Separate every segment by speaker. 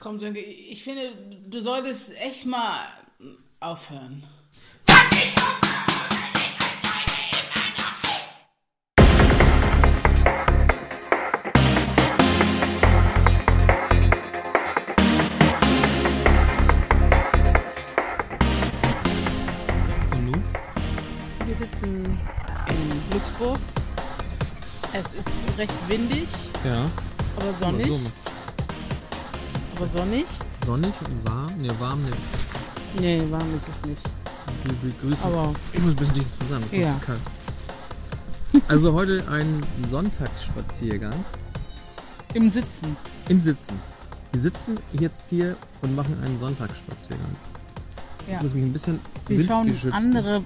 Speaker 1: komm, Sönke, ich finde, du solltest echt mal aufhören.
Speaker 2: Und nun?
Speaker 3: Wir sitzen in Luxemburg. Es ist recht windig,
Speaker 2: Ja.
Speaker 3: aber sonnig.
Speaker 2: Sommer.
Speaker 3: Aber sonnig?
Speaker 2: Sonnig und warm? Ne, warm, ne.
Speaker 3: Nee, warm ist es nicht.
Speaker 2: Wir begrüßen.
Speaker 3: Aber
Speaker 2: Ich muss ein bisschen dicht zusammen, ist
Speaker 3: Ja.
Speaker 2: sonst zu kalt. Also heute ein Sonntagsspaziergang
Speaker 3: im Sitzen.
Speaker 2: im Sitzen. Wir sitzen jetzt hier und machen einen Sonntagsspaziergang.
Speaker 3: Ja.
Speaker 2: Ich muss mich ein bisschen
Speaker 3: Wir schauen
Speaker 2: windgeschützt-
Speaker 3: andere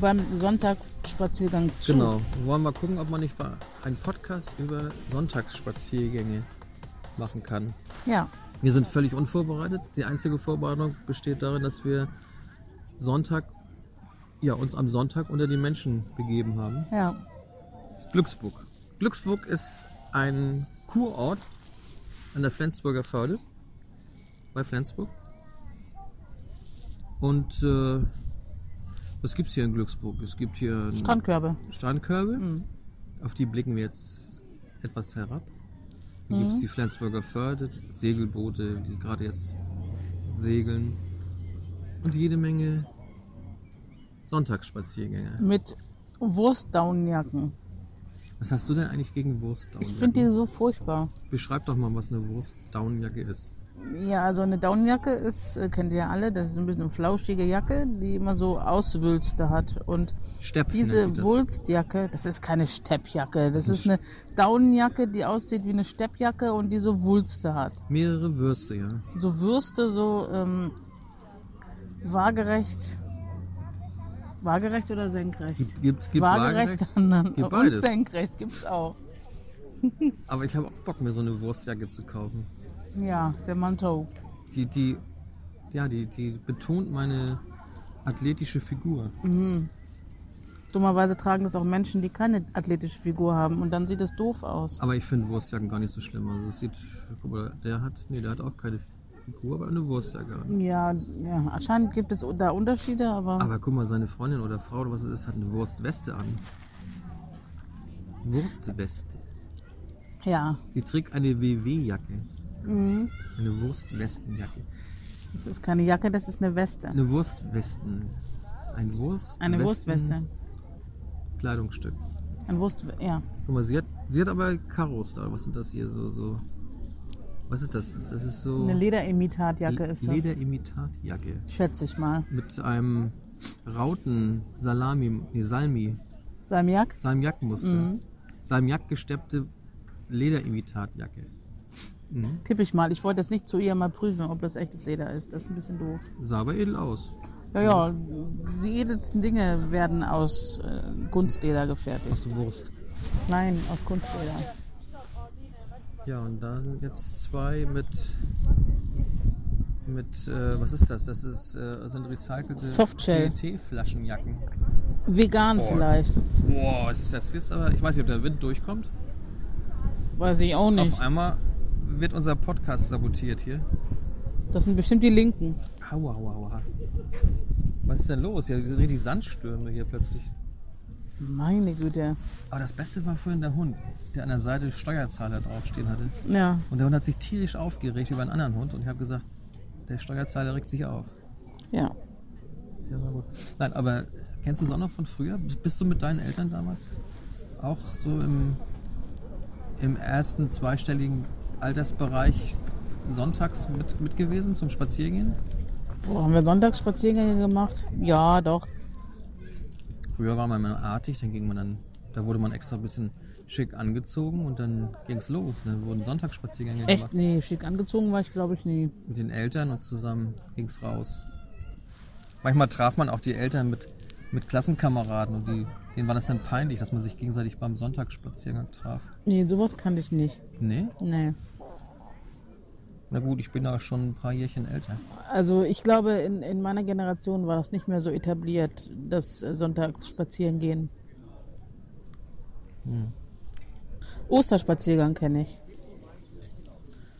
Speaker 3: beim Sonntagsspaziergang zu.
Speaker 2: Genau. Wir wollen mal gucken, ob man nicht mal einen Podcast über Sonntagsspaziergänge machen kann.
Speaker 3: Ja,
Speaker 2: Wir sind völlig unvorbereitet. Die einzige Vorbereitung besteht darin, dass wir Sonntag, ja, uns am Sonntag unter die Menschen begeben haben.
Speaker 3: ja.
Speaker 2: Glücksburg. Glücksburg ist ein Kurort an der Flensburger Förde. Bei Flensburg. Und äh, was gibt's hier in Glücksburg? Es gibt hier einen
Speaker 3: Strandkörbe.
Speaker 2: Strandkörbe.
Speaker 3: Mhm.
Speaker 2: Auf die blicken wir jetzt etwas herab. Dann gibt's
Speaker 3: Mhm.
Speaker 2: die Flensburger Förde, die Segelboote, die gerade jetzt segeln. Und jede Menge Sonntagsspaziergänge.
Speaker 3: Mit Wurstdaunenjacken.
Speaker 2: Was hast du denn eigentlich gegen Wurstdaunenjacke?
Speaker 3: Ich finde die so furchtbar.
Speaker 2: Beschreib doch mal, was eine Wurstdaunenjacke ist.
Speaker 3: Ja, also eine Daunenjacke ist, äh, kennt ihr ja alle, das ist ein bisschen eine flauschige Jacke, die immer so Auswülste hat. Und
Speaker 2: Stepp nennt
Speaker 3: diese
Speaker 2: sich das.
Speaker 3: Wulstjacke, das ist keine Steppjacke, das
Speaker 2: ist
Speaker 3: ist eine Daunenjacke, die aussieht wie eine Steppjacke und die so Wulste hat.
Speaker 2: Mehrere Würste, ja.
Speaker 3: So Würste, so ähm, waagerecht, waagerecht oder senkrecht?
Speaker 2: Gibt, gibt, gibt
Speaker 3: waagerecht,
Speaker 2: waagerecht,
Speaker 3: und dann
Speaker 2: gibt
Speaker 3: und
Speaker 2: beides.
Speaker 3: senkrecht gibt's auch.
Speaker 2: Aber ich habe auch Bock, mir so eine Wurstjacke zu kaufen.
Speaker 3: Ja, der Manteau.
Speaker 2: Die, die, ja, die, die betont meine athletische Figur.
Speaker 3: Dummerweise tragen das auch Menschen, die keine athletische Figur haben und dann sieht es doof aus.
Speaker 2: Aber ich finde Wurstjacken gar nicht so schlimm. Also es sieht, guck mal, der hat, nee, der hat auch keine Figur, aber eine Wurstjacke. an.
Speaker 3: Ja, ja, anscheinend gibt es da Unterschiede, aber,
Speaker 2: Aber guck mal, seine Freundin oder Frau oder was es ist, hat eine Wurstweste an. Wurstweste.
Speaker 3: ja,
Speaker 2: Sie trägt eine WW-Jacke.
Speaker 3: Mhm.
Speaker 2: Eine Wurstwestenjacke.
Speaker 3: das ist keine Jacke, das ist eine Weste.
Speaker 2: Eine Wurstwesten. Ein Wurst.
Speaker 3: Eine Wurstweste.
Speaker 2: Kleidungsstück.
Speaker 3: Ein Wurst, ja.
Speaker 2: Guck mal, sie hat, sie hat aber Karos da. Was sind das hier? So, so. Was ist das? Das ist so.
Speaker 3: Eine Lederimitatjacke ist das.
Speaker 2: Lederimitatjacke.
Speaker 3: Schätze ich mal.
Speaker 2: mit einem Rauten Salami, nee, Salmi,
Speaker 3: Salmiak?
Speaker 2: Salmiak-Muster.
Speaker 3: Mhm.
Speaker 2: Salmiak gesteppte Lederimitatjacke.
Speaker 3: Tippe ich mal. Ich wollte das nicht zu ihr mal prüfen, ob das echtes Leder ist. Das ist ein bisschen doof.
Speaker 2: Sah aber edel aus.
Speaker 3: Ja, ja, die edelsten Dinge werden aus äh, Kunstleder gefertigt.
Speaker 2: Aus Wurst.
Speaker 3: Nein, aus Kunstleder.
Speaker 2: Ja, und dann jetzt zwei mit. Mit, äh, was ist das? Das ist, äh, sind recycelte
Speaker 3: Softshell.
Speaker 2: PET-Flaschenjacken.
Speaker 3: Vegan vielleicht.
Speaker 2: Boah, ist das jetzt aber. Ich weiß nicht, ob der Wind durchkommt.
Speaker 3: Weiß ich auch nicht.
Speaker 2: Auf einmal wird unser Podcast sabotiert hier.
Speaker 3: Das sind bestimmt die Linken.
Speaker 2: Aua, aua, aua. Was ist denn los? Ja, diese richtig Sandstürme hier plötzlich.
Speaker 3: Meine Güte.
Speaker 2: Aber das Beste war vorhin der Hund, der an der Seite Steuerzahler draufstehen hatte.
Speaker 3: Ja,
Speaker 2: Und der Hund hat sich tierisch aufgeregt über einen anderen Hund. Und ich habe gesagt, der Steuerzahler regt sich auf.
Speaker 3: ja.
Speaker 2: Der war gut. Nein, aber kennst du es auch noch von früher? Bist du mit deinen Eltern damals auch so im, im ersten zweistelligen Altersbereich sonntags mit, mit gewesen zum Spaziergehen?
Speaker 3: Boah, haben wir Sonntagsspaziergänge gemacht? Ja, doch.
Speaker 2: Früher war man immer artig, dann ging man dann, da wurde man extra ein bisschen schick angezogen und dann ging's los. Dann wurden Sonntagsspaziergänge gemacht.
Speaker 3: Echt? Nee, schick angezogen war ich, glaube ich, nie.
Speaker 2: mit den Eltern und zusammen ging's raus. Manchmal traf man auch die Eltern mit, mit Klassenkameraden und die, denen war das dann peinlich, dass man sich gegenseitig beim Sonntagsspaziergang traf.
Speaker 3: Nee, sowas kannte ich nicht.
Speaker 2: Nee?
Speaker 3: Nee.
Speaker 2: Na gut, ich bin da schon ein paar Jährchen älter.
Speaker 3: Also ich glaube, in, in meiner Generation war das nicht mehr so etabliert, das äh, Sonntagsspazierengehen. Osterspaziergang kenne ich.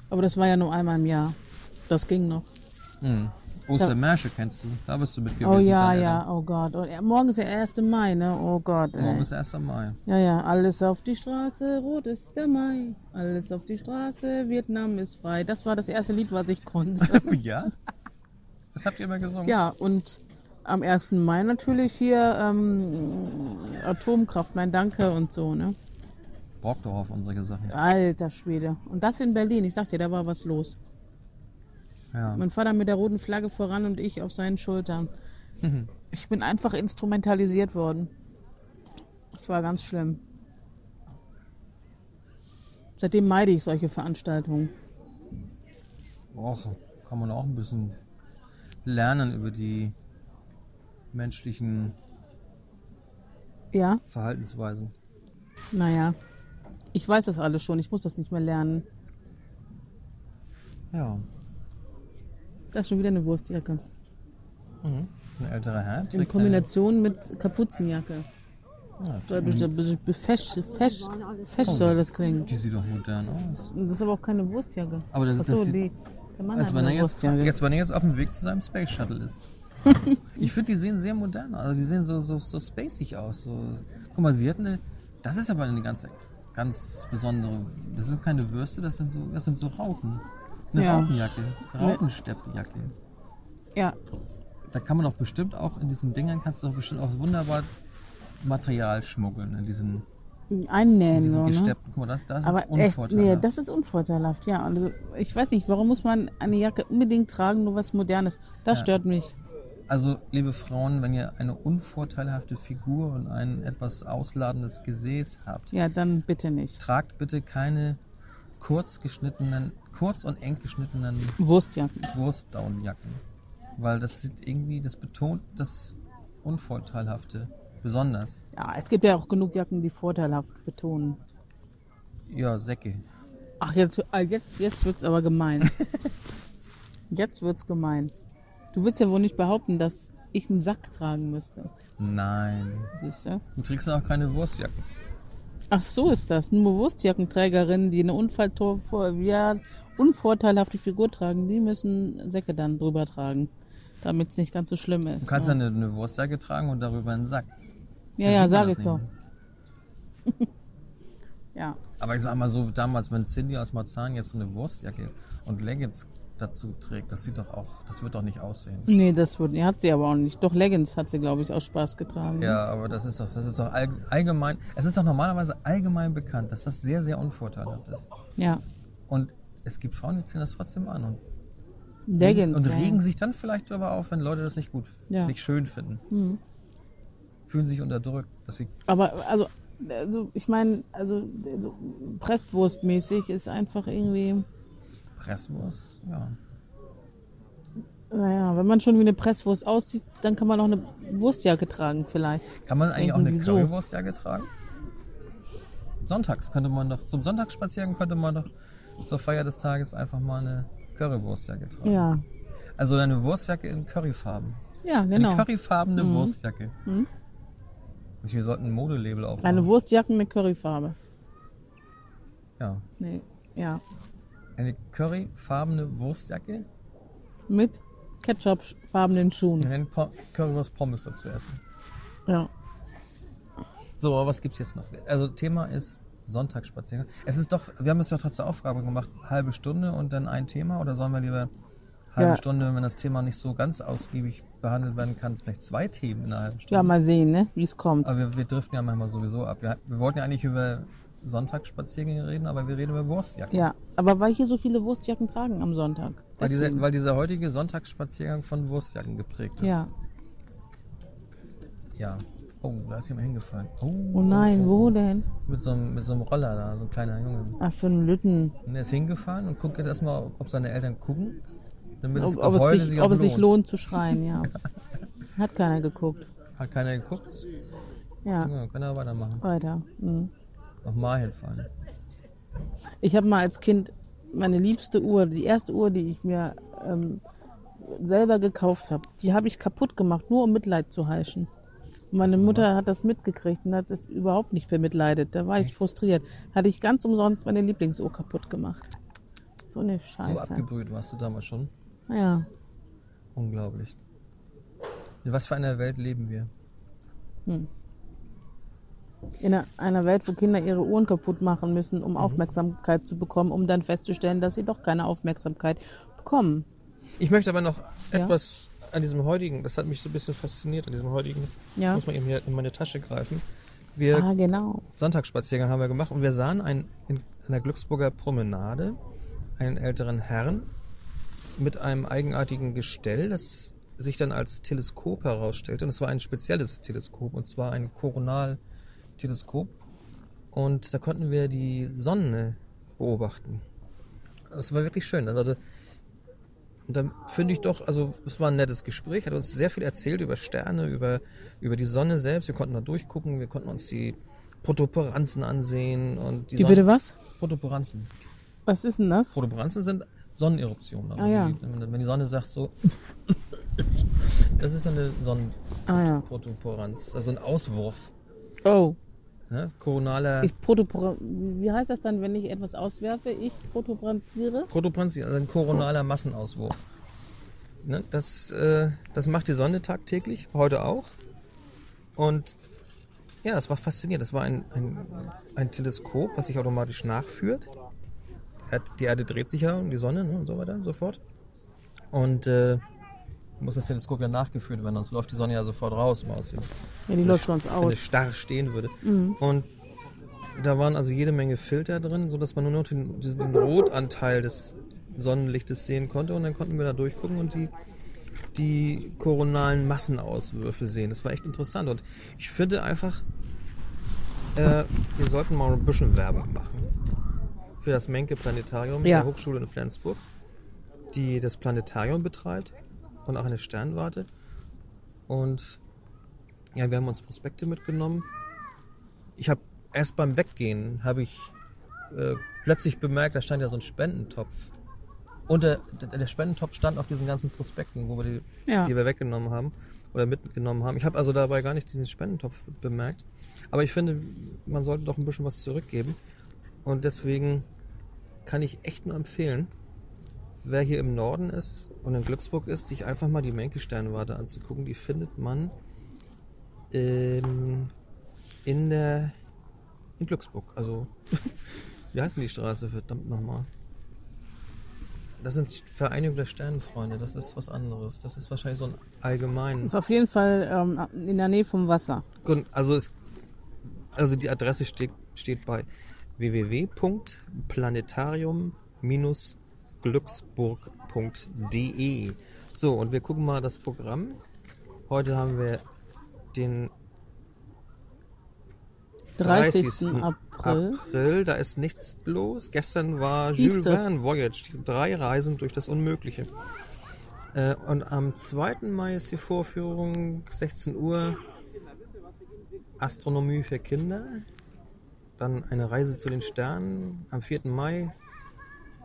Speaker 3: Aber das war ja nur einmal im Jahr. Das ging noch.
Speaker 2: Ostermärsche kennst du. Da bist du mit gewesen.
Speaker 3: Oh
Speaker 2: mit
Speaker 3: ja,
Speaker 2: deinen Eltern.
Speaker 3: ja, oh Gott. Und, ja, morgen ist der 1. Mai, ne? Oh Gott. Ey.
Speaker 2: Morgen ist 1. Mai.
Speaker 3: Ja, ja, alles auf die Straße, rot ist der Mai. Alles auf die Straße, Vietnam ist frei. Das war das erste Lied, was ich konnte.
Speaker 2: Oh ja? Das habt ihr immer gesungen?
Speaker 3: ja, und am 1. Mai natürlich hier ähm, Atomkraft, nein, danke und so, ne?
Speaker 2: Brock doch auf unsere Sachen.
Speaker 3: Alter Schwede. Und das in Berlin, ich sag dir, da war was los.
Speaker 2: Ja.
Speaker 3: Mein Vater mit der roten Flagge voran und ich auf seinen Schultern. Ich bin einfach instrumentalisiert worden. Das war ganz schlimm. Seitdem meide ich solche Veranstaltungen.
Speaker 2: Och, kann man auch ein bisschen lernen über die menschlichen
Speaker 3: Ja,
Speaker 2: Verhaltensweisen.
Speaker 3: naja. Ich weiß das alles schon, ich muss das nicht mehr lernen.
Speaker 2: Ja.
Speaker 3: Das ist schon wieder eine Wurstjacke.
Speaker 2: Ein älterer Herr.
Speaker 3: In
Speaker 2: trägt eine-
Speaker 3: Kombination mit Kapuzenjacke.
Speaker 2: Ja,
Speaker 3: Soll bestimmt fesch, fesch, fesch soll das klingen.
Speaker 2: Hm. Oh, die sieht doch modern aus.
Speaker 3: Das ist aber auch keine Wurstjacke.
Speaker 2: Aber das-
Speaker 3: Ach so,
Speaker 2: das sieht-
Speaker 3: die, der Mann
Speaker 2: Als
Speaker 3: hat
Speaker 2: wenn, er
Speaker 3: eine
Speaker 2: jetzt,
Speaker 3: Wurstjacke.
Speaker 2: jetzt, wenn er jetzt auf dem Weg zu seinem Space Shuttle ist. ich finde, die sehen sehr modern aus. Also die sehen so, so, so spacig aus. So. Guck mal, sie hat eine. Das ist aber eine ganz, ganz besondere. Das sind keine Würste, das sind so, das sind so Rauten. Eine
Speaker 3: Ja. Ne.
Speaker 2: Rautenjacke. Rautensteppjacke.
Speaker 3: Ja,
Speaker 2: Da kann man doch bestimmt auch in diesen Dingern kannst du doch bestimmt auch wunderbar Material schmuggeln in diesen, in
Speaker 3: einnähen
Speaker 2: diesen
Speaker 3: so, ne?
Speaker 2: Gesteppten. Guck mal, das, das ist
Speaker 3: Aber echt, nee,
Speaker 2: unvorteilhaft.
Speaker 3: das ist unvorteilhaft, ja. Also ich weiß nicht, warum muss man eine Jacke unbedingt tragen, nur was Modernes? Das stört mich.
Speaker 2: also, liebe Frauen, wenn ihr eine unvorteilhafte Figur und ein etwas ausladendes Gesäß habt,
Speaker 3: Ja, dann bitte nicht.
Speaker 2: tragt bitte keine kurz geschnittenen, kurz und eng geschnittenen
Speaker 3: Wurstjacken.
Speaker 2: Wurstdownjacken. Weil das sieht irgendwie, das betont das Unvorteilhafte besonders.
Speaker 3: Ja, es gibt ja auch genug Jacken, die vorteilhaft betonen.
Speaker 2: Ja, Säcke.
Speaker 3: Ach, jetzt, ah, jetzt, jetzt wird's aber gemein. jetzt wird's gemein. Du willst ja wohl nicht behaupten, dass ich einen Sack tragen müsste.
Speaker 2: Nein.
Speaker 3: Siehst du?
Speaker 2: Du trägst auch keine Wurstjacken.
Speaker 3: Ach so ist das. Nur Wurstjackenträgerinnen, die eine Unfalltor vor, ja, unvorteilhafte Figur tragen, die müssen Säcke dann drüber tragen, damit es nicht ganz so schlimm ist.
Speaker 2: Du kannst ja
Speaker 3: ne?
Speaker 2: eine, eine Wurstjacke tragen und darüber einen Sack.
Speaker 3: ja,
Speaker 2: Dann
Speaker 3: ja,
Speaker 2: sieht man
Speaker 3: sag
Speaker 2: das
Speaker 3: ich doch.
Speaker 2: nicht mehr.
Speaker 3: Ja.
Speaker 2: Aber ich sag mal so, damals, wenn Cindy aus Marzahn jetzt so eine Wurstjacke und Leggings dazu trägt, das sieht doch auch, das wird doch nicht aussehen.
Speaker 3: Nee, das wird, hat sie aber auch nicht. Doch Leggings hat sie, glaube ich, aus Spaß getragen. ne?
Speaker 2: Ja, aber das ist doch, das ist doch all- allgemein, es ist doch normalerweise allgemein bekannt, dass das sehr, sehr unvorteilhaft ist.
Speaker 3: ja.
Speaker 2: Und es gibt Frauen, die ziehen das trotzdem an und,
Speaker 3: Leggings.
Speaker 2: und
Speaker 3: ja.
Speaker 2: regen sich dann vielleicht darüber auf, wenn Leute das nicht gut,
Speaker 3: Ja.
Speaker 2: nicht schön finden. Fühlen sich unterdrückt, dass sie
Speaker 3: Aber also, also ich meine, also so Presswurstmäßig ist einfach irgendwie.
Speaker 2: Presswurst, ja.
Speaker 3: Naja, wenn man schon wie eine Presswurst aussieht, dann kann man auch eine Wurstjacke tragen vielleicht.
Speaker 2: Kann man eigentlich auch
Speaker 3: Denken
Speaker 2: eine
Speaker 3: die so.
Speaker 2: Currywurstjacke tragen? Sonntags könnte man doch, zum Sonntagsspaziergang könnte man doch zur Feier des Tages einfach mal eine Currywurstjacke tragen.
Speaker 3: Ja,
Speaker 2: Also eine Wurstjacke in Curryfarben.
Speaker 3: ja,
Speaker 2: Eine
Speaker 3: genau. Mhm.
Speaker 2: curryfarbene Wurstjacke. Ich, wir sollten ein Modelabel aufmachen.
Speaker 3: Eine Wurstjacke mit Curryfarbe.
Speaker 2: ja.
Speaker 3: Nee, ja.
Speaker 2: Eine curryfarbene Wurstjacke
Speaker 3: Mit Ketchup-farbenen
Speaker 2: und
Speaker 3: Schuhen.
Speaker 2: dann po Currywurst Pommes dazu essen.
Speaker 3: Ja.
Speaker 2: So, aber was gibt's jetzt noch? Also Thema ist Sonntagsspaziergang. Es ist doch, wir haben uns doch trotzdem Aufgabe gemacht, halbe Stunde und dann ein Thema oder sollen wir lieber halbe
Speaker 3: Ja.
Speaker 2: Stunde, wenn das Thema nicht so ganz ausgiebig behandelt werden kann, vielleicht zwei Themen in einer halben Stunde.
Speaker 3: Ja, mal sehen, ne? wie es kommt.
Speaker 2: aber wir, wir driften ja manchmal sowieso ab. Wir, wir wollten ja eigentlich über Sonntagsspaziergänge reden, aber wir reden über Wurstjacken.
Speaker 3: Ja, aber weil hier so viele Wurstjacken tragen am Sonntag.
Speaker 2: Weil,
Speaker 3: Deswegen.
Speaker 2: dieser, weil dieser heutige Sonntagsspaziergang von Wurstjacken geprägt ist.
Speaker 3: ja.
Speaker 2: ja. Oh, da ist jemand hingefallen. Oh,
Speaker 3: Oh nein, wo denn?
Speaker 2: Mit so, einem, mit so einem Roller da, so ein kleiner Junge.
Speaker 3: Ach, so ein Lütten.
Speaker 2: Und er ist hingefahren und guckt jetzt erstmal, ob seine Eltern gucken, damit
Speaker 3: Ob,
Speaker 2: es,
Speaker 3: ob, es
Speaker 2: heute
Speaker 3: sich,
Speaker 2: sich auch
Speaker 3: ob es sich lohnt zu schreien, ja. Hat keiner geguckt.
Speaker 2: Hat keiner geguckt?
Speaker 3: Ja,
Speaker 2: Ja, kann er weitermachen.
Speaker 3: weiter. Mhm.
Speaker 2: Nochmal hinfahren.
Speaker 3: Ich habe mal als Kind meine liebste Uhr, die erste Uhr, die ich mir ähm, selber gekauft habe, die habe ich kaputt gemacht, nur um Mitleid zu heischen. Und meine Mutter hat das mitgekriegt und hat es überhaupt nicht bemitleidet. Da war ich frustriert. Hatte ich ganz umsonst meine Lieblingsuhr kaputt gemacht. So eine
Speaker 2: So
Speaker 3: Scheiße.
Speaker 2: abgebrüht warst du damals schon.
Speaker 3: ja.
Speaker 2: Unglaublich. In was für einer Welt leben wir?
Speaker 3: In einer- einer Welt, wo Kinder ihre Uhren kaputt machen müssen, um Aufmerksamkeit zu bekommen, um dann festzustellen, dass sie doch keine Aufmerksamkeit bekommen.
Speaker 2: Ich möchte aber noch
Speaker 3: Ja.
Speaker 2: etwas an diesem heutigen, das hat mich so ein bisschen fasziniert, an diesem heutigen,
Speaker 3: Ja.
Speaker 2: muss man eben hier in meine Tasche greifen. Wir
Speaker 3: Ah, genau.
Speaker 2: Sonntagsspaziergang haben wir gemacht und wir sahen einen, in einer Glücksburger Promenade einen älteren Herrn mit einem eigenartigen Gestell, das sich dann als Teleskop herausstellte. Und es war ein spezielles Teleskop, und zwar ein Koronalteleskop. Und da konnten wir die Sonne beobachten. Das war wirklich schön. Also, da- und dann finde ich doch, also es war ein nettes Gespräch, hat uns sehr viel erzählt über Sterne, über, über die Sonne selbst. Wir konnten da durchgucken, wir konnten uns die Protuberanzen ansehen und die,
Speaker 3: Die
Speaker 2: Sonne-
Speaker 3: bitte was?
Speaker 2: Protuberanzen.
Speaker 3: Was ist denn das?
Speaker 2: Protuberanzen sind Sonneneruptionen. Also
Speaker 3: Ah, ja.
Speaker 2: die, wenn, wenn die Sonne sagt so, das ist
Speaker 3: Ah
Speaker 2: eine
Speaker 3: ja.
Speaker 2: Sonnenprotuberanz, also ein Auswurf.
Speaker 3: Oh.
Speaker 2: Ne? Koronaler
Speaker 3: Ich protopro Wie heißt das dann, wenn ich etwas auswerfe? Ich protobranziere?
Speaker 2: Protuberanz, also ein koronaler Massenauswurf. Ne? Das, äh, das macht die Sonne tagtäglich, heute auch. Und ja, das war faszinierend. Das war ein, ein, ein Teleskop, was sich automatisch nachführt. Erd, die Erde dreht sich ja um die Sonne ne, und so weiter und so fort. Und äh, muss das Teleskop ja nachgeführt werden, sonst läuft die Sonne ja sofort raus. Mal aus dem
Speaker 3: Ja, die läuft sonst
Speaker 2: wenn es
Speaker 3: aus.
Speaker 2: starr stehen würde. Und da waren also jede Menge Filter drin, sodass man nur noch den, diesen Rotanteil des Sonnenlichtes sehen konnte. Und dann konnten wir da durchgucken und die, die koronalen Massenauswürfe sehen. Das war echt interessant. Und ich finde einfach, äh, wir sollten mal ein bisschen Werbung machen. Für das Menke Planetarium
Speaker 3: Ja.
Speaker 2: der Hochschule in Flensburg, die das Planetarium betreibt und auch eine Sternwarte. Und ja, wir haben uns Prospekte mitgenommen. Ich habe erst beim Weggehen habe ich äh, plötzlich bemerkt, da stand ja so ein Spendentopf. Und der, der der Spendentopf stand auf diesen ganzen Prospekten, wo wir die,
Speaker 3: Ja.
Speaker 2: die wir weggenommen haben oder mitgenommen haben. Ich habe also dabei gar nicht diesen Spendentopf bemerkt. Aber ich finde, man sollte doch ein bisschen was zurückgeben. Und deswegen kann ich echt nur empfehlen, wer hier im Norden ist und in Glücksburg ist, sich einfach mal die Menke-Sternwarte anzugucken. Die findet man ähm, in der in Glücksburg. Also wie heißt denn die Straße? Verdammt nochmal. Das sind Vereinigung der Sternenfreunde. Das ist was anderes. Das ist wahrscheinlich so ein allgemeines.
Speaker 3: Ist auf jeden Fall ähm, in der Nähe vom Wasser.
Speaker 2: Gut, also es, also die Adresse steht, steht bei www.planetarium-glücksburg.de. So, und wir gucken mal das Programm. Heute haben wir den
Speaker 3: 30. April.
Speaker 2: April, Da ist nichts los. Gestern war Jules
Speaker 3: Hieß es.
Speaker 2: Verne Voyage. Drei Reisen durch das Unmögliche. Äh, und am 2. Mai ist die Vorführung 16 Uhr Astronomie für Kinder. Dann eine Reise zu den Sternen. Am 4. Mai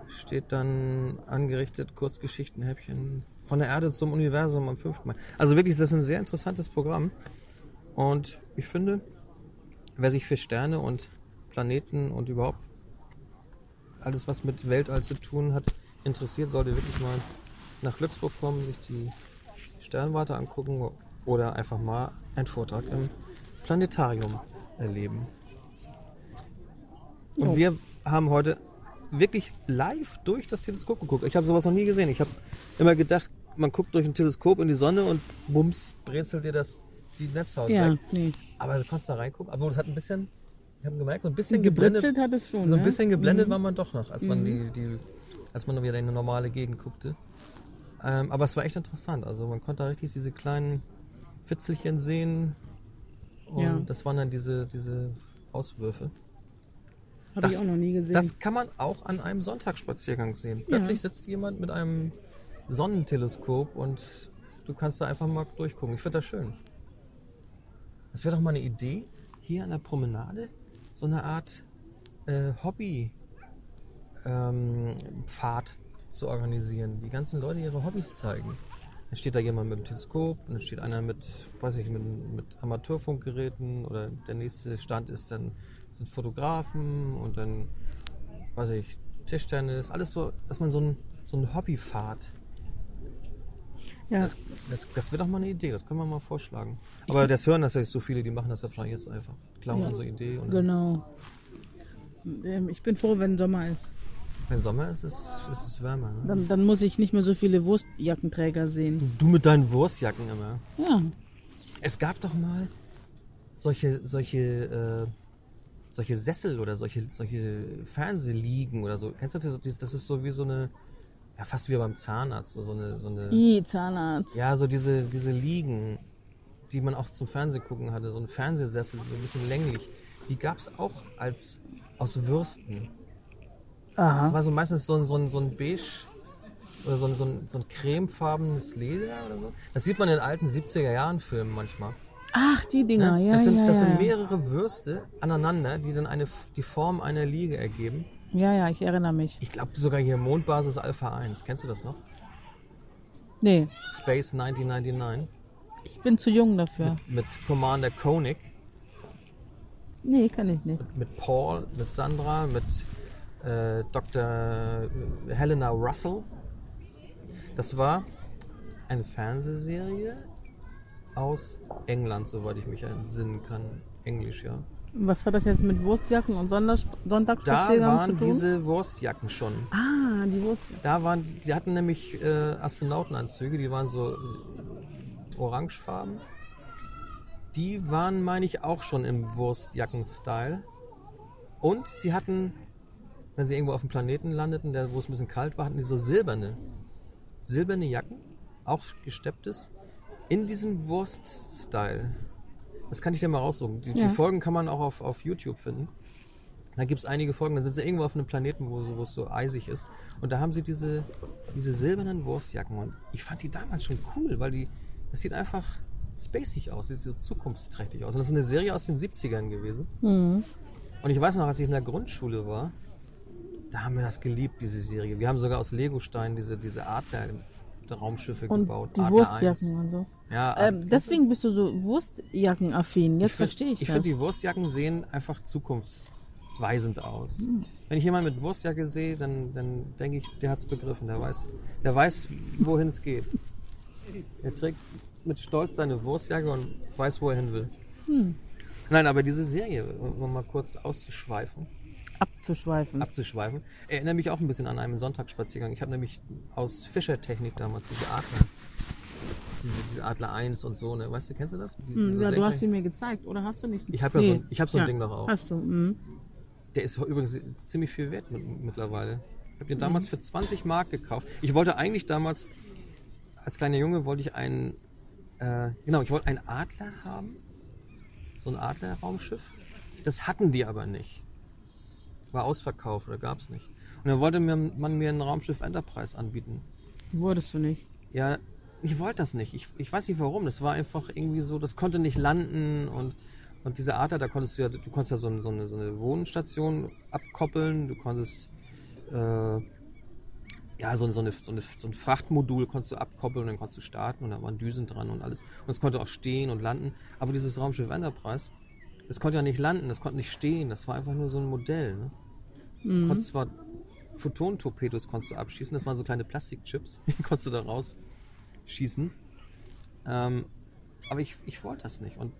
Speaker 2: steht dann angerichtet Kurzgeschichtenhäppchen von der Erde zum Universum am 5. Mai. Also wirklich, das ist ein sehr interessantes Programm. Und ich finde, wer sich für Sterne und Planeten und überhaupt alles, was mit Weltall zu tun hat, interessiert, sollte wirklich mal nach Glücksburg kommen, sich die Sternwarte angucken oder einfach mal einen Vortrag im Planetarium erleben. Und
Speaker 3: Jo.
Speaker 2: wir haben heute wirklich live durch das Teleskop geguckt. Ich habe sowas noch nie gesehen. Ich habe immer gedacht, man guckt durch ein Teleskop in die Sonne und bums, brezelt dir das die Netzhaut
Speaker 3: Ja,
Speaker 2: weg.
Speaker 3: nee.
Speaker 2: Aber also du konntest da reingucken. Aber es hat ein bisschen, ich habe gemerkt, so ein bisschen geblendet.
Speaker 3: Gebritzelt hat es schon.
Speaker 2: So ein
Speaker 3: ne? Mhm.
Speaker 2: bisschen geblendet war man doch noch, als man die, die als man wieder in eine normale Gegend guckte. Ähm, aber es war echt interessant. Also man konnte da richtig diese kleinen Fitzelchen sehen. Und
Speaker 3: Ja.
Speaker 2: das waren dann diese, diese Auswürfe.
Speaker 3: Habe ich
Speaker 2: das-
Speaker 3: auch noch nie gesehen.
Speaker 2: Das kann man auch an einem Sonntagsspaziergang sehen. Plötzlich sitzt jemand mit einem Sonnenteleskop und du kannst da einfach mal durchgucken. Ich finde das schön. Das wäre doch mal eine Idee, hier an der Promenade so eine Art äh, Hobby-Pfad zu organisieren. Die ganzen Leute ihre Hobbys zeigen. Dann steht da jemand mit dem Teleskop, und dann steht einer mit, weiß ich, mit, mit Amateurfunkgeräten oder der nächste Stand ist dann sind Fotografen und dann weiß ich, Tischtennis, alles so, dass man so ein, so ein Hobby fahrt.
Speaker 3: Ja,
Speaker 2: Das, das wird doch mal eine Idee, das können wir mal vorschlagen. Aber das hören das jetzt so viele, die machen das ja wahrscheinlich jetzt einfach. Klauen
Speaker 3: Ja.
Speaker 2: unsere Idee und
Speaker 3: genau. Ähm, Ich bin froh, wenn Sommer ist.
Speaker 2: wenn Sommer ist, ist, ist es wärmer. Ne?
Speaker 3: Dann, dann muss ich nicht mehr so viele Wurstjackenträger sehen.
Speaker 2: Du mit deinen Wurstjacken immer.
Speaker 3: Ja,
Speaker 2: Es gab doch mal solche, solche, äh, solche Sessel oder solche, solche Fernsehliegen oder so. Kennst du das? Dieses- Das ist so wie so eine, ja, fast wie beim Zahnarzt, so so eine, so eine
Speaker 3: I, Zahnarzt.
Speaker 2: ja, so diese, diese Liegen, die man auch zum Fernsehgucken hatte, so ein Fernsehsessel, so ein bisschen länglich, die gab es auch als, aus Würsten. Das
Speaker 3: Aha.
Speaker 2: war so meistens so ein, so ein, so ein beige oder so ein, so, ein, so ein cremefarbenes Leder oder so. Das sieht man in alten 70er-Jahren-Filmen manchmal.
Speaker 3: Ach, die
Speaker 2: Ne?
Speaker 3: Dinger, Ah, ja,
Speaker 2: das sind,
Speaker 3: ja,
Speaker 2: das
Speaker 3: ja.
Speaker 2: sind mehrere Würste aneinander, die dann eine, F- die Form einer Liege ergeben.
Speaker 3: ja, ja, ich erinnere mich.
Speaker 2: Ich glaube sogar hier Mondbasis Alpha 1. Kennst du das noch?
Speaker 3: Nee,
Speaker 2: Space 1999
Speaker 3: ich bin zu jung dafür.
Speaker 2: mit Commander Koenig,
Speaker 3: Nee, kann ich nicht.
Speaker 2: mit Paul, mit Sandra, mit äh, Dr. Helena Russell. Das war eine Fernsehserie aus England, soweit ich mich entsinnen kann. Englisch, ja.
Speaker 3: Was hat das jetzt mit Wurstjacken und Sonders
Speaker 2: Da
Speaker 3: Sonntagsspaziergang zu
Speaker 2: waren
Speaker 3: tun?
Speaker 2: diese Wurstjacken schon.
Speaker 3: ah, die Wurstjacken.
Speaker 2: Da waren, die hatten nämlich äh, Astronautenanzüge, die waren so äh, orangefarben. Die waren, meine ich, auch schon im Wurstjacken-Style. Und sie hatten, wenn sie irgendwo auf dem Planeten landeten, der, wo es ein bisschen kalt war, hatten die so silberne, silberne Jacken, auch gestepptes, in diesem Wurst-Style. Das kann ich dir mal raussuchen. Die,
Speaker 3: Ja.
Speaker 2: die Folgen kann man auch auf, auf YouTube finden. Da gibt es einige Folgen, da sind sie irgendwo auf einem Planeten, wo, wo es so eisig ist. Und da haben sie diese, diese silbernen Wurstjacken. Und ich fand die damals schon cool, weil die, das sieht einfach spacig aus, sieht so zukunftsträchtig aus. Und das ist eine Serie aus den 70ern gewesen. Und ich weiß noch, als ich in der Grundschule war, da haben wir das geliebt, diese Serie. Wir haben sogar aus Legosteinen diese, diese Adler-Raumschiffe
Speaker 3: Und
Speaker 2: gebaut.
Speaker 3: die
Speaker 2: Adler 1.
Speaker 3: Wurstjacken und so.
Speaker 2: Ja, Adler-
Speaker 3: Ähm, deswegen bist du so Wurstjackenaffin. Jetzt
Speaker 2: find-
Speaker 3: verstehe ich,
Speaker 2: Ich
Speaker 3: das.
Speaker 2: finde, die Wurstjacken sehen einfach zukunftsweisend aus.
Speaker 3: Hm.
Speaker 2: Wenn ich jemanden mit Wurstjacke sehe, dann, dann denke ich, der hat es begriffen, der weiß, der weiß wohin es geht. Er trägt mit Stolz seine Wurstjacke und weiß, wo er hin will.
Speaker 3: Hm.
Speaker 2: Nein, aber diese Serie, um mal kurz auszuschweifen,
Speaker 3: Abzuschweifen.
Speaker 2: abzuschweifen. Erinnere mich auch ein bisschen an einen Sonntagsspaziergang. Ich habe nämlich aus Fischertechnik damals diese Adler, diese, diese Adler 1 und so, ne? Weißt du, kennst du das? Die-
Speaker 3: Hm,
Speaker 2: diese
Speaker 3: ja, du
Speaker 2: senkrecht-
Speaker 3: hast sie mir gezeigt, oder hast du nicht?
Speaker 2: Ich hab ja so ein- ich hab so ein Ding noch auch.
Speaker 3: Hast du, mhm.
Speaker 2: Der ist übrigens ziemlich viel wert mit, mittlerweile. Ich
Speaker 3: Mhm.
Speaker 2: habe den damals für 20 Mark gekauft. Ich wollte eigentlich damals, als kleiner Junge, wollte ich einen, äh, genau, ich wollte einen Adler haben. So ein Adlerraumschiff. Das hatten die aber nicht. War ausverkauft oder gab's nicht. Und dann wollte mir, man mir ein Raumschiff Enterprise anbieten.
Speaker 3: Wurdest du nicht.
Speaker 2: Ja, ich wollte das nicht. Ich, ich weiß nicht warum. Das war einfach irgendwie so, das konnte nicht landen und, und diese Adler, da konntest du ja, du konntest ja so, eine- so, eine, so eine Wohnstation abkoppeln, du konntest äh, ja, so, so, eine, so, eine, so ein Frachtmodul konntest du abkoppeln und dann konntest du starten und da waren Düsen dran und alles. Und es konnte auch stehen und landen. Aber dieses Raumschiff Enterprise, das konnte ja nicht landen, das konnte nicht stehen, das war einfach nur so ein Modell. Ne? Du konntest zwar Photon-Torpedos konntest du abschießen, das waren so kleine Plastikchips, die konntest du da rausschießen. Ähm, aber ich, ich wollte das nicht. Und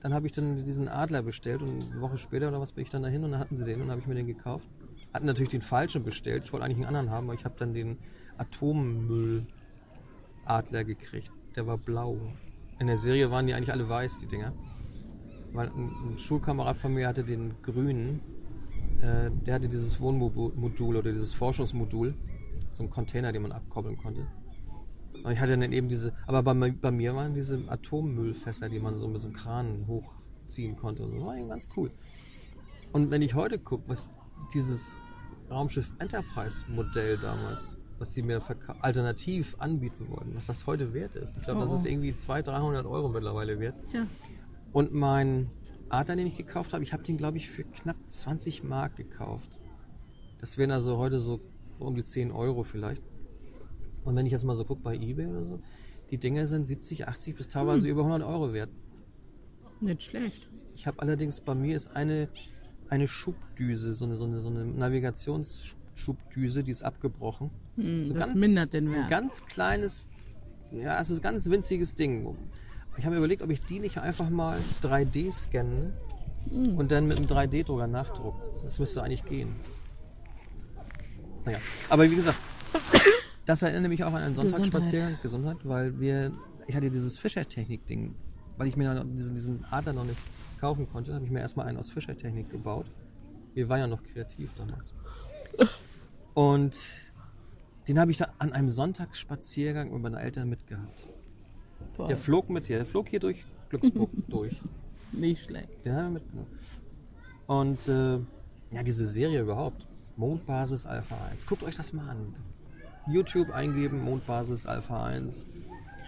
Speaker 2: dann habe ich dann diesen Adler bestellt und eine Woche später oder was bin ich dann dahin und dann hatten sie den und dann habe ich mir den gekauft. Hatten natürlich den falschen bestellt. Ich wollte eigentlich einen anderen haben, aber ich habe dann den Atommülladler gekriegt. Der war blau. In der Serie waren die eigentlich alle weiß, die Dinger. Weil ein, ein Schulkamerad von mir hatte den grünen. Äh, der hatte dieses Wohnmodul oder dieses Forschungsmodul. So einen Container, den man abkoppeln konnte. Und ich hatte dann eben diese, aber bei, mi- bei mir waren diese Atommüllfässer, die man so mit so einem Kran hochziehen konnte. Und so war eben ganz cool. Und wenn ich heute gucke, was dieses Raumschiff Enterprise Modell damals, was die mir verka- alternativ anbieten wollten, was das heute wert ist. Ich glaube,
Speaker 3: Oh,
Speaker 2: das ist
Speaker 3: oh.
Speaker 2: irgendwie 200, 300 Euro mittlerweile wert.
Speaker 3: Ja.
Speaker 2: Und mein Adler, den ich gekauft habe, ich habe den, glaube ich, für knapp 20 Mark gekauft. Das wären also heute so um die 10 Euro vielleicht. Und wenn ich jetzt mal so gucke bei Ebay oder so, die Dinger sind 70, 80 bis
Speaker 3: Hm.
Speaker 2: teilweise über 100 Euro wert.
Speaker 3: Nicht schlecht.
Speaker 2: Ich habe allerdings, bei mir ist eine, eine Schubdüse, so eine, so eine, so eine Navigationsschubdüse Schubdüse, die ist abgebrochen.
Speaker 3: Hm,
Speaker 2: So
Speaker 3: das
Speaker 2: ganz-
Speaker 3: mindert den
Speaker 2: So ein
Speaker 3: Wert.
Speaker 2: ganz kleines, ja, es ist ein ganz winziges Ding. Ich habe überlegt, ob ich die nicht einfach mal 3D scannen und dann mit einem 3D-Drucker nachdrucken. Das müsste eigentlich gehen. Naja, aber wie gesagt, das erinnert mich auch an einen Sonntagsspaziergang, Gesundheit, weil wir, ich hatte dieses Fischertechnik-Ding, weil ich mir noch diesen, diesen Adler noch nicht kaufen konnte, habe ich mir erstmal einen aus Fischertechnik gebaut. Wir waren ja noch kreativ damals. Und den habe ich da an einem Sonntagsspaziergang mit meinen Eltern mitgehabt.
Speaker 3: Voll.
Speaker 2: Der flog mit dir, der flog hier durch Glücksburg durch.
Speaker 3: Nicht schlecht.
Speaker 2: Den haben wir mitgenommen. Und äh, ja, diese Serie überhaupt. Mondbasis Alpha 1. Guckt euch das mal an. YouTube eingeben, Mondbasis Alpha 1.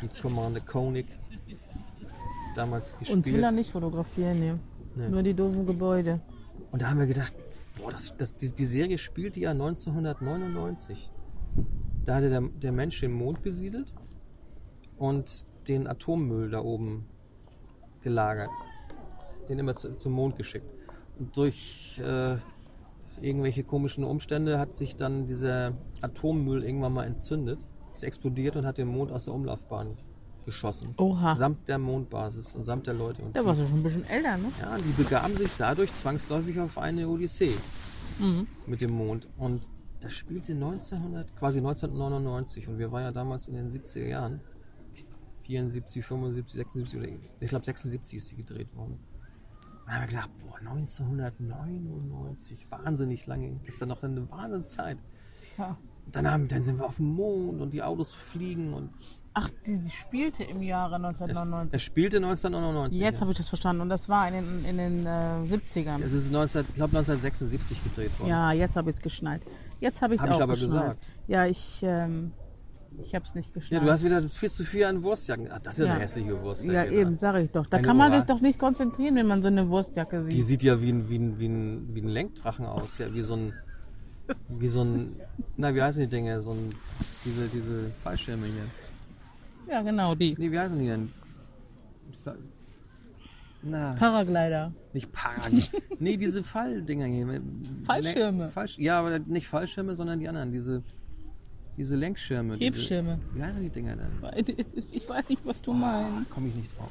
Speaker 2: Mit Commander Koenig. Damals
Speaker 3: Und
Speaker 2: gespielt.
Speaker 3: Zilla nicht fotografieren, ne?
Speaker 2: Nee.
Speaker 3: Nur die doofen Gebäude.
Speaker 2: Und da haben wir gedacht, boah, das, das, die, die Serie spielte ja 1999. Da hatte der, der Mensch den Mond besiedelt und den Atommüll da oben gelagert. Den immer zu, zum Mond geschickt. Und durch äh, irgendwelche komischen Umstände hat sich dann dieser Atommüll irgendwann mal entzündet. Es explodiert und hat den Mond aus der Umlaufbahn geschossen.
Speaker 3: Oha.
Speaker 2: Samt der Mondbasis und samt der Leute. Und
Speaker 3: Da warst du schon ein bisschen älter, ne?
Speaker 2: ja, die begaben sich dadurch zwangsläufig auf eine Odyssee
Speaker 3: Mhm.
Speaker 2: mit dem Mond. Und das spielte 1900, quasi 1999. Und wir waren ja damals in den 70er Jahren. 74, 75, 76 oder ich glaube 76 ist die gedreht worden. Und dann haben wir gedacht, boah, 1999, wahnsinnig lange. Das ist dann noch eine Wahnsinnszeit.
Speaker 3: Ja.
Speaker 2: Dann, haben, dann sind wir auf dem Mond und die Autos fliegen und
Speaker 3: Ach, die, die spielte im Jahre
Speaker 2: es,
Speaker 3: 1999.
Speaker 2: es spielte 1999.
Speaker 3: Jetzt
Speaker 2: ja.
Speaker 3: habe ich das verstanden. Und das war in den, in den äh, 70ern.
Speaker 2: es ist 19, ich glaube 1976 gedreht worden.
Speaker 3: Ja, jetzt habe ich es geschnallt. Jetzt habe ich es
Speaker 2: Hab ich
Speaker 3: auch
Speaker 2: aber
Speaker 3: geschnallt.
Speaker 2: gesagt.
Speaker 3: Ja, ich, ähm, ich habe es nicht geschnallt.
Speaker 2: Ja, du hast wieder viel zu viel an Wurstjacken. Ach, das ist ja, eine
Speaker 3: Ja.
Speaker 2: hässliche Wurstjacke.
Speaker 3: Ja,
Speaker 2: da.
Speaker 3: eben, sage ich doch. Da
Speaker 2: Eine
Speaker 3: kann man
Speaker 2: Moral.
Speaker 3: sich doch nicht konzentrieren, wenn man so eine Wurstjacke
Speaker 2: Die
Speaker 3: sieht.
Speaker 2: sieht ja wie ein, wie ein, wie ein, wie ein Lenkdrachen aus. Ja, wie so ein. Wie so ein. Na, wie heißen die Dinge? So ein. Diese, diese Fallschirme hier.
Speaker 3: Ja, genau, die.
Speaker 2: Nee, wie heißen die denn? Fa- Na,
Speaker 3: Paraglider.
Speaker 2: nicht Paragen. nee, diese Falldinger hier.
Speaker 3: Fallschirme.
Speaker 2: Le- Fallsch ja, aber nicht Fallschirme, sondern die anderen. Diese. Diese Lenkschirme. diese-
Speaker 3: Hebschirme.
Speaker 2: Wie heißen die Dinger denn?
Speaker 3: Ich weiß nicht, was du
Speaker 2: Ah,
Speaker 3: meinst.
Speaker 2: Komme ich nicht drauf.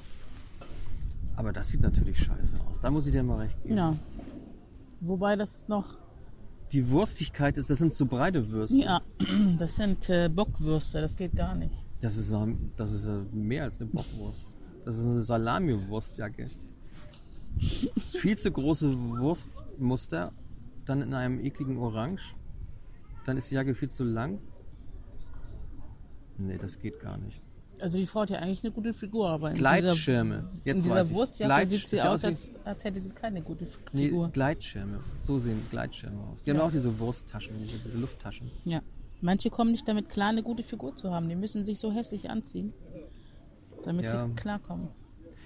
Speaker 2: Aber das sieht natürlich scheiße aus. Da muss ich dir mal recht geben.
Speaker 3: Ja. Wobei das noch.
Speaker 2: Die Wurstigkeit ist, das sind so breite Würste.
Speaker 3: Ja, das sind äh, Bockwürste, das geht gar nicht.
Speaker 2: Das ist, noch- das ist äh, mehr als eine Bockwurst. Das ist eine Salami-Wurstjacke. Das ist Viel zu große Wurstmuster, dann in einem ekligen Orange. Dann ist die Jacke viel zu lang. Nee, das geht gar nicht.
Speaker 3: Also die Frau hat ja eigentlich eine gute Figur, aber in dieser,
Speaker 2: Gleitschirme.
Speaker 3: in
Speaker 2: Jetzt
Speaker 3: dieser
Speaker 2: weiß ich.
Speaker 3: Wurstjacke
Speaker 2: Gleit-
Speaker 3: sieht sie
Speaker 2: ist ja
Speaker 3: aus,
Speaker 2: wie-
Speaker 3: als, als hätte sie keine gute F-
Speaker 2: Nee,
Speaker 3: Figur.
Speaker 2: Gleitschirme. So sehen Gleitschirme aus. Die haben auch diese Wursttaschen, diese, diese Lufttaschen.
Speaker 3: Ja. Manche kommen nicht damit klar, eine gute Figur zu haben. Die müssen sich so hässlich anziehen, damit
Speaker 2: Ja.
Speaker 3: sie klarkommen.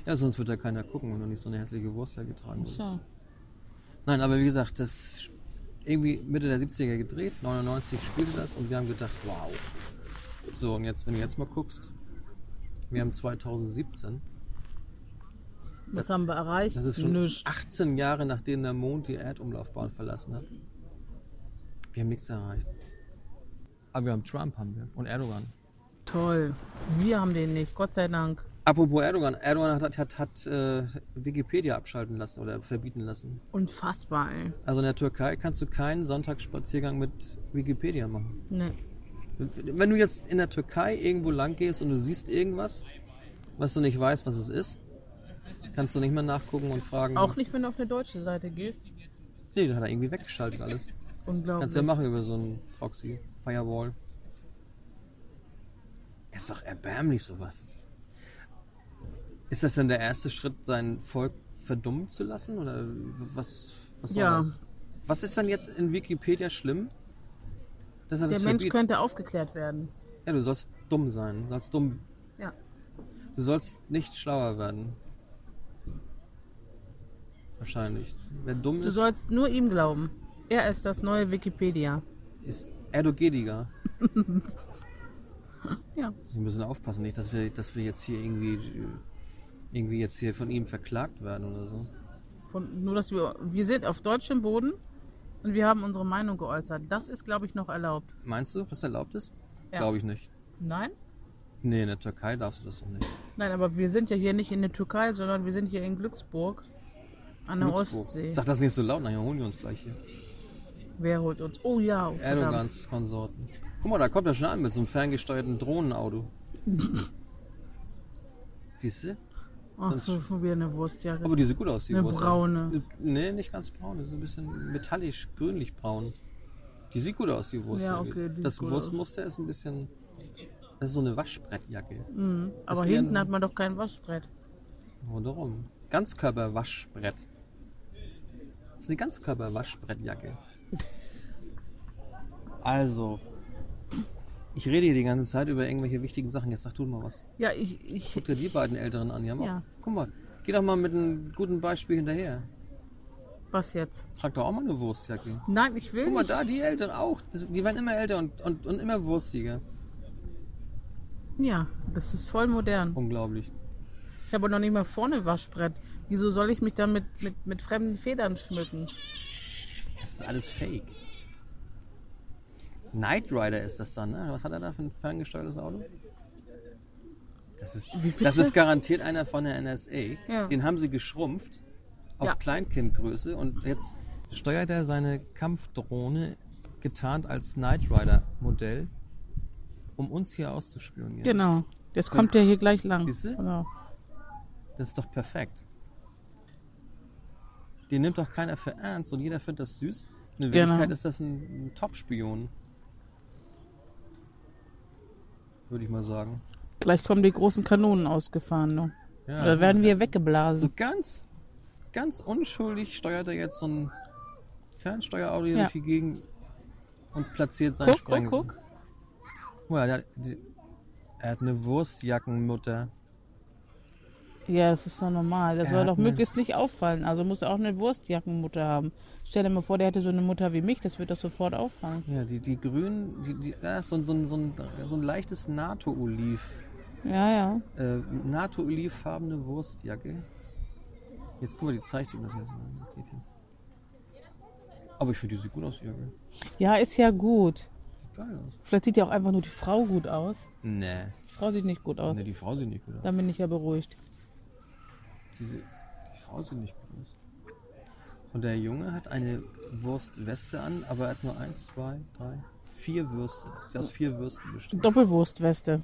Speaker 2: Ja, sonst wird da keiner gucken, wenn du nicht so eine hässliche Wurstjacke tragen würdest.
Speaker 3: So.
Speaker 2: Nein, aber wie gesagt, das irgendwie Mitte der 70er gedreht, 99 spielte das und wir haben gedacht, wow. So, und jetzt, wenn du jetzt mal guckst, wir haben 2017.
Speaker 3: Was haben wir erreicht?
Speaker 2: Das ist schon
Speaker 3: Nichts.
Speaker 2: 18 Jahre, nachdem der Mond die Erdumlaufbahn verlassen hat. Wir haben nichts erreicht. Aber wir haben Trump, haben wir. Und Erdogan.
Speaker 3: Toll. Wir haben den nicht, Gott sei Dank.
Speaker 2: Apropos Erdogan. Erdogan hat, hat, hat äh, Wikipedia abschalten lassen oder verbieten lassen.
Speaker 3: Unfassbar, ey.
Speaker 2: Also in der Türkei kannst du keinen Sonntagsspaziergang mit Wikipedia machen.
Speaker 3: Nee.
Speaker 2: Wenn du jetzt in der Türkei irgendwo lang gehst und du siehst irgendwas, was du nicht weißt, was es ist, kannst du nicht mehr nachgucken und fragen.
Speaker 3: Auch nicht, wenn du auf eine deutsche Seite gehst.
Speaker 2: Nee, das hat er irgendwie weggeschaltet alles. Kannst du ja
Speaker 3: Unglaublich.
Speaker 2: machen über so einen Proxy, Firewall. Ist doch erbärmlich sowas. Ist das denn der erste Schritt, sein Volk verdummen zu lassen? Oder was, was soll
Speaker 3: Ja.
Speaker 2: das? Was ist dann jetzt in Wikipedia schlimm? Dass er
Speaker 3: Der
Speaker 2: das
Speaker 3: Mensch
Speaker 2: verbietet?
Speaker 3: könnte aufgeklärt werden.
Speaker 2: Ja, du sollst dumm sein. Du sollst dumm
Speaker 3: Ja.
Speaker 2: Du sollst nicht schlauer werden. Wahrscheinlich. Wer dumm
Speaker 3: Du
Speaker 2: ist,
Speaker 3: sollst nur ihm glauben. Er ist das neue Wikipedia.
Speaker 2: ist Erdogediger.
Speaker 3: Ja.
Speaker 2: Wir müssen aufpassen, nicht, dass wir, dass wir jetzt hier irgendwie, irgendwie jetzt hier von ihm verklagt werden oder so.
Speaker 3: Von, nur, dass wir, wir sind auf deutschem Boden Und wir haben unsere Meinung geäußert. Das ist, glaube ich, noch erlaubt.
Speaker 2: Meinst du, dass erlaubt ist?
Speaker 3: Ja.
Speaker 2: Glaube ich nicht.
Speaker 3: Nein?
Speaker 2: Nee, in der Türkei darfst du das doch nicht.
Speaker 3: Nein, aber wir sind ja hier nicht in der Türkei, sondern wir sind hier in Glücksburg an der
Speaker 2: Glücksburg.
Speaker 3: Ostsee.
Speaker 2: Sag das nicht so laut, nachher holen die uns gleich hier.
Speaker 3: Wer holt uns? Oh ja, oh, verdammt.
Speaker 2: Erdogans Konsorten. Guck mal, da kommt er schon an mit so einem ferngesteuerten Drohnenauto. Siehst du?
Speaker 3: Ach
Speaker 2: Sonst-
Speaker 3: so, schon wieder eine Wurst. Ja,
Speaker 2: Oh, Aber die sieht gut aus, die
Speaker 3: Eine
Speaker 2: Wurst.
Speaker 3: braune.
Speaker 2: Nee, nicht ganz braun, so ein bisschen metallisch, grünlich-braun. Die sieht gut aus, die Wurst.
Speaker 3: Ja, okay, die sieht
Speaker 2: das
Speaker 3: gut
Speaker 2: Wurstmuster ist ein bisschen. Das ist so eine Waschbrettjacke.
Speaker 3: aber
Speaker 2: ist eher
Speaker 3: hinten
Speaker 2: ein-
Speaker 3: hat man doch kein Waschbrett.
Speaker 2: Rundherum. Ganzkörper-Waschbrett. Das ist eine Ganzkörper-Waschbrettjacke. also. Ich rede hier die ganze Zeit über irgendwelche wichtigen Sachen. Jetzt sag du mal was.
Speaker 3: Ja, ich, ich,
Speaker 2: Guck dir die beiden Älteren an. Die haben
Speaker 3: Ja.
Speaker 2: auch, guck mal, geh doch mal mit einem guten Beispiel hinterher.
Speaker 3: was jetzt?
Speaker 2: Trag doch auch mal eine Wurstjacke.
Speaker 3: Nein, ich will
Speaker 2: Guck mal
Speaker 3: nicht.
Speaker 2: da, die Eltern auch. Das, die werden immer älter und, und, und immer wurstiger.
Speaker 3: Ja, das ist voll modern.
Speaker 2: Unglaublich.
Speaker 3: Ich habe noch nicht mal vorne Waschbrett. Wieso soll ich mich dann mit, mit, mit fremden Federn schmücken?
Speaker 2: Das ist alles fake. Knight Rider ist das dann, ne? Was hat er da für ein ferngesteuertes Auto? Das ist,
Speaker 3: Wie bitte?
Speaker 2: das ist garantiert einer von der NSA.
Speaker 3: Ja.
Speaker 2: Den haben sie geschrumpft auf
Speaker 3: Ja.
Speaker 2: Kleinkindgröße und jetzt steuert er seine Kampfdrohne getarnt als Knight Rider Modell, um uns hier auszuspionieren.
Speaker 3: Genau. Jetzt kommt der hier gleich lang.
Speaker 2: Siehst du?
Speaker 3: Genau.
Speaker 2: Das ist doch perfekt. Den nimmt doch keiner für ernst und jeder findet das süß. Und in
Speaker 3: Genau.
Speaker 2: Wirklichkeit ist das ein, ein Top-Spion. Würde ich mal sagen.
Speaker 3: Gleich kommen die großen Kanonen ausgefahren. Ne?
Speaker 2: Ja.
Speaker 3: Oder werden wir
Speaker 2: So
Speaker 3: weggeblasen.
Speaker 2: ganz, ganz unschuldig steuert er jetzt so ein Fernsteuerauto hier durch die Gegend und platziert seinen
Speaker 3: Guck, guck,
Speaker 2: Sprengsel.
Speaker 3: guck.
Speaker 2: Guck mal, der hat, die, er hat eine Wurstjackenmutter.
Speaker 3: Ja, das ist doch normal. Der
Speaker 2: Er
Speaker 3: soll
Speaker 2: hat
Speaker 3: doch
Speaker 2: eine-
Speaker 3: möglichst nicht auffallen. Also muss er auch eine Wurstjackenmutter haben. Stell dir mal vor, der hätte so eine Mutter wie mich, das wird doch sofort auffallen.
Speaker 2: Ja, die, die grünen, die, die, da ist so, ein- so, ein- so, ein, so ein leichtes NATO-Oliv.
Speaker 3: Ja, ja.
Speaker 2: äh, NATO-olivfarbene Wurstjacke. Jetzt guck mal, die zeigt ihm das jetzt mal. Das geht jetzt. Aber ich finde, die sieht gut aus, die Jacke.
Speaker 3: Ja, ist ja gut.
Speaker 2: Sieht geil aus.
Speaker 3: Vielleicht sieht ja auch einfach nur die Frau gut aus.
Speaker 2: Nee.
Speaker 3: Die Frau sieht nicht gut aus.
Speaker 2: Nee, die Frau sieht nicht gut aus.
Speaker 3: Dann bin ich ja beruhigt.
Speaker 2: Die, sie- die Frau sieht nicht gut aus. Und der Junge hat eine Wurstweste an, aber er hat nur eins, zwei, drei, vier Würste. Die aus vier Würsten besteht.
Speaker 3: Doppelwurstweste.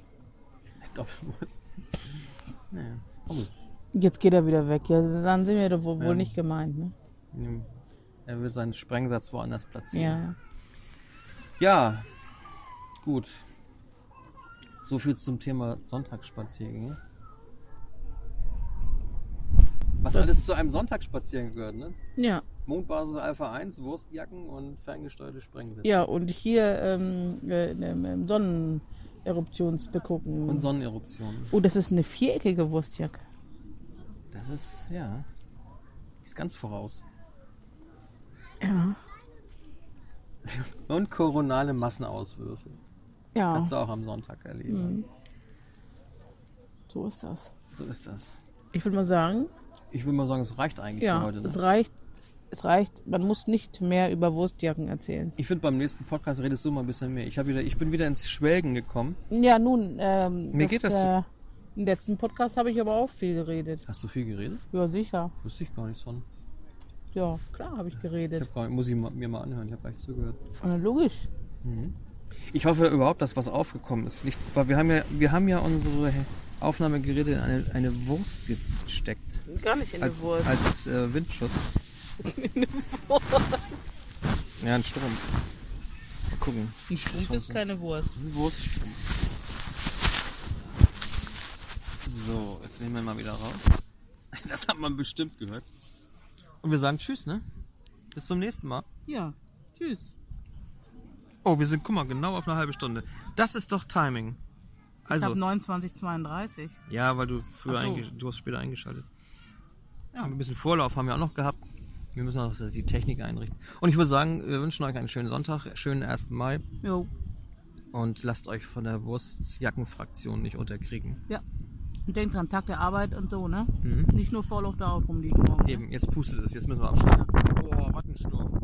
Speaker 2: Doppelwurst. Nee. Aber
Speaker 3: Jetzt geht er wieder weg. Ja, dann sind wir doch wohl,
Speaker 2: Ja.
Speaker 3: wohl nicht gemeint. Ne?
Speaker 2: nee, er will seinen Sprengsatz woanders platzieren.
Speaker 3: Ja, ja.
Speaker 2: Ja, gut. So viel zum Thema Sonntagsspaziergänge. Was
Speaker 3: Das-
Speaker 2: alles zu einem Sonntagsspaziergang gehört, ne?
Speaker 3: Ja,
Speaker 2: Mondbasis Alpha 1, Wurstjacken und ferngesteuerte Sprengsitz.
Speaker 3: ja und hier ähm, äh, im im Sonneneruptions begucken.
Speaker 2: Und Sonneneruptionen.
Speaker 3: oh, das ist eine viereckige Wurstjacke.
Speaker 2: Das ist, ja. Ist ganz voraus.
Speaker 3: Ja.
Speaker 2: Und koronale Massenauswürfe.
Speaker 3: Ja, Mhm.
Speaker 2: Kannst du auch am Sonntag erleben.
Speaker 3: so ist das.
Speaker 2: So ist das.
Speaker 3: Ich würde mal sagen,
Speaker 2: Ich würde mal sagen, es reicht eigentlich
Speaker 3: ja,
Speaker 2: für heute.
Speaker 3: es
Speaker 2: Ne?
Speaker 3: reicht. Es reicht. Man muss nicht mehr über Wurstjacken erzählen.
Speaker 2: Ich finde, beim nächsten Podcast redest du mal ein bisschen mehr. Ich, hab wieder, ich bin wieder ins Schwelgen gekommen.
Speaker 3: Ja, nun, ähm,
Speaker 2: Mir geht das so.
Speaker 3: äh, im letzten Podcast habe ich aber auch viel geredet.
Speaker 2: Hast du viel geredet?
Speaker 3: Ja, sicher.
Speaker 2: Wusste ich gar nichts von.
Speaker 3: Ja, klar habe ich
Speaker 2: Ich
Speaker 3: geredet.
Speaker 2: hab gar nicht, muss ich ma- mir mal anhören, ich habe gleich zugehört.
Speaker 3: Äh, logisch.
Speaker 2: Ich hoffe überhaupt, dass was aufgekommen ist. Nicht, weil wir haben ja, wir haben ja unsere Aufnahmegeräte in eine, eine Wurst gesteckt.
Speaker 3: Gar nicht in
Speaker 2: Als, als äh, Windschutz. Ja, ein Strumpf. Mal gucken.
Speaker 3: Ein Strumpf ist keine Wurst.
Speaker 2: Ein Wurststrumpf. So, jetzt nehmen wir mal wieder raus. Das hat man bestimmt gehört. Und wir sagen Tschüss, ne? Bis zum nächsten Mal.
Speaker 3: Ja, tschüss.
Speaker 2: Oh, wir sind, guck mal, genau auf eine halbe Stunde. Das ist doch Timing. Also,
Speaker 3: 29,32.
Speaker 2: ja, weil du früher
Speaker 3: Ach so.
Speaker 2: eingesch- du hast später eingeschaltet.
Speaker 3: Ja.
Speaker 2: Ein bisschen Vorlauf haben wir auch noch gehabt. Wir müssen auch noch die Technik einrichten. Und ich würde sagen, wir wünschen euch einen schönen Sonntag, schönen 1. Mai
Speaker 3: Jo,
Speaker 2: und lasst euch von der Wurstjackenfraktion nicht unterkriegen.
Speaker 3: ja. Und denkt dran, Tag der Arbeit und so, ne? Nicht nur voll auf der Haut rumliegen morgen.
Speaker 2: Eben, jetzt pustet es, jetzt müssen wir abschalten. Oh, was ein Sturm.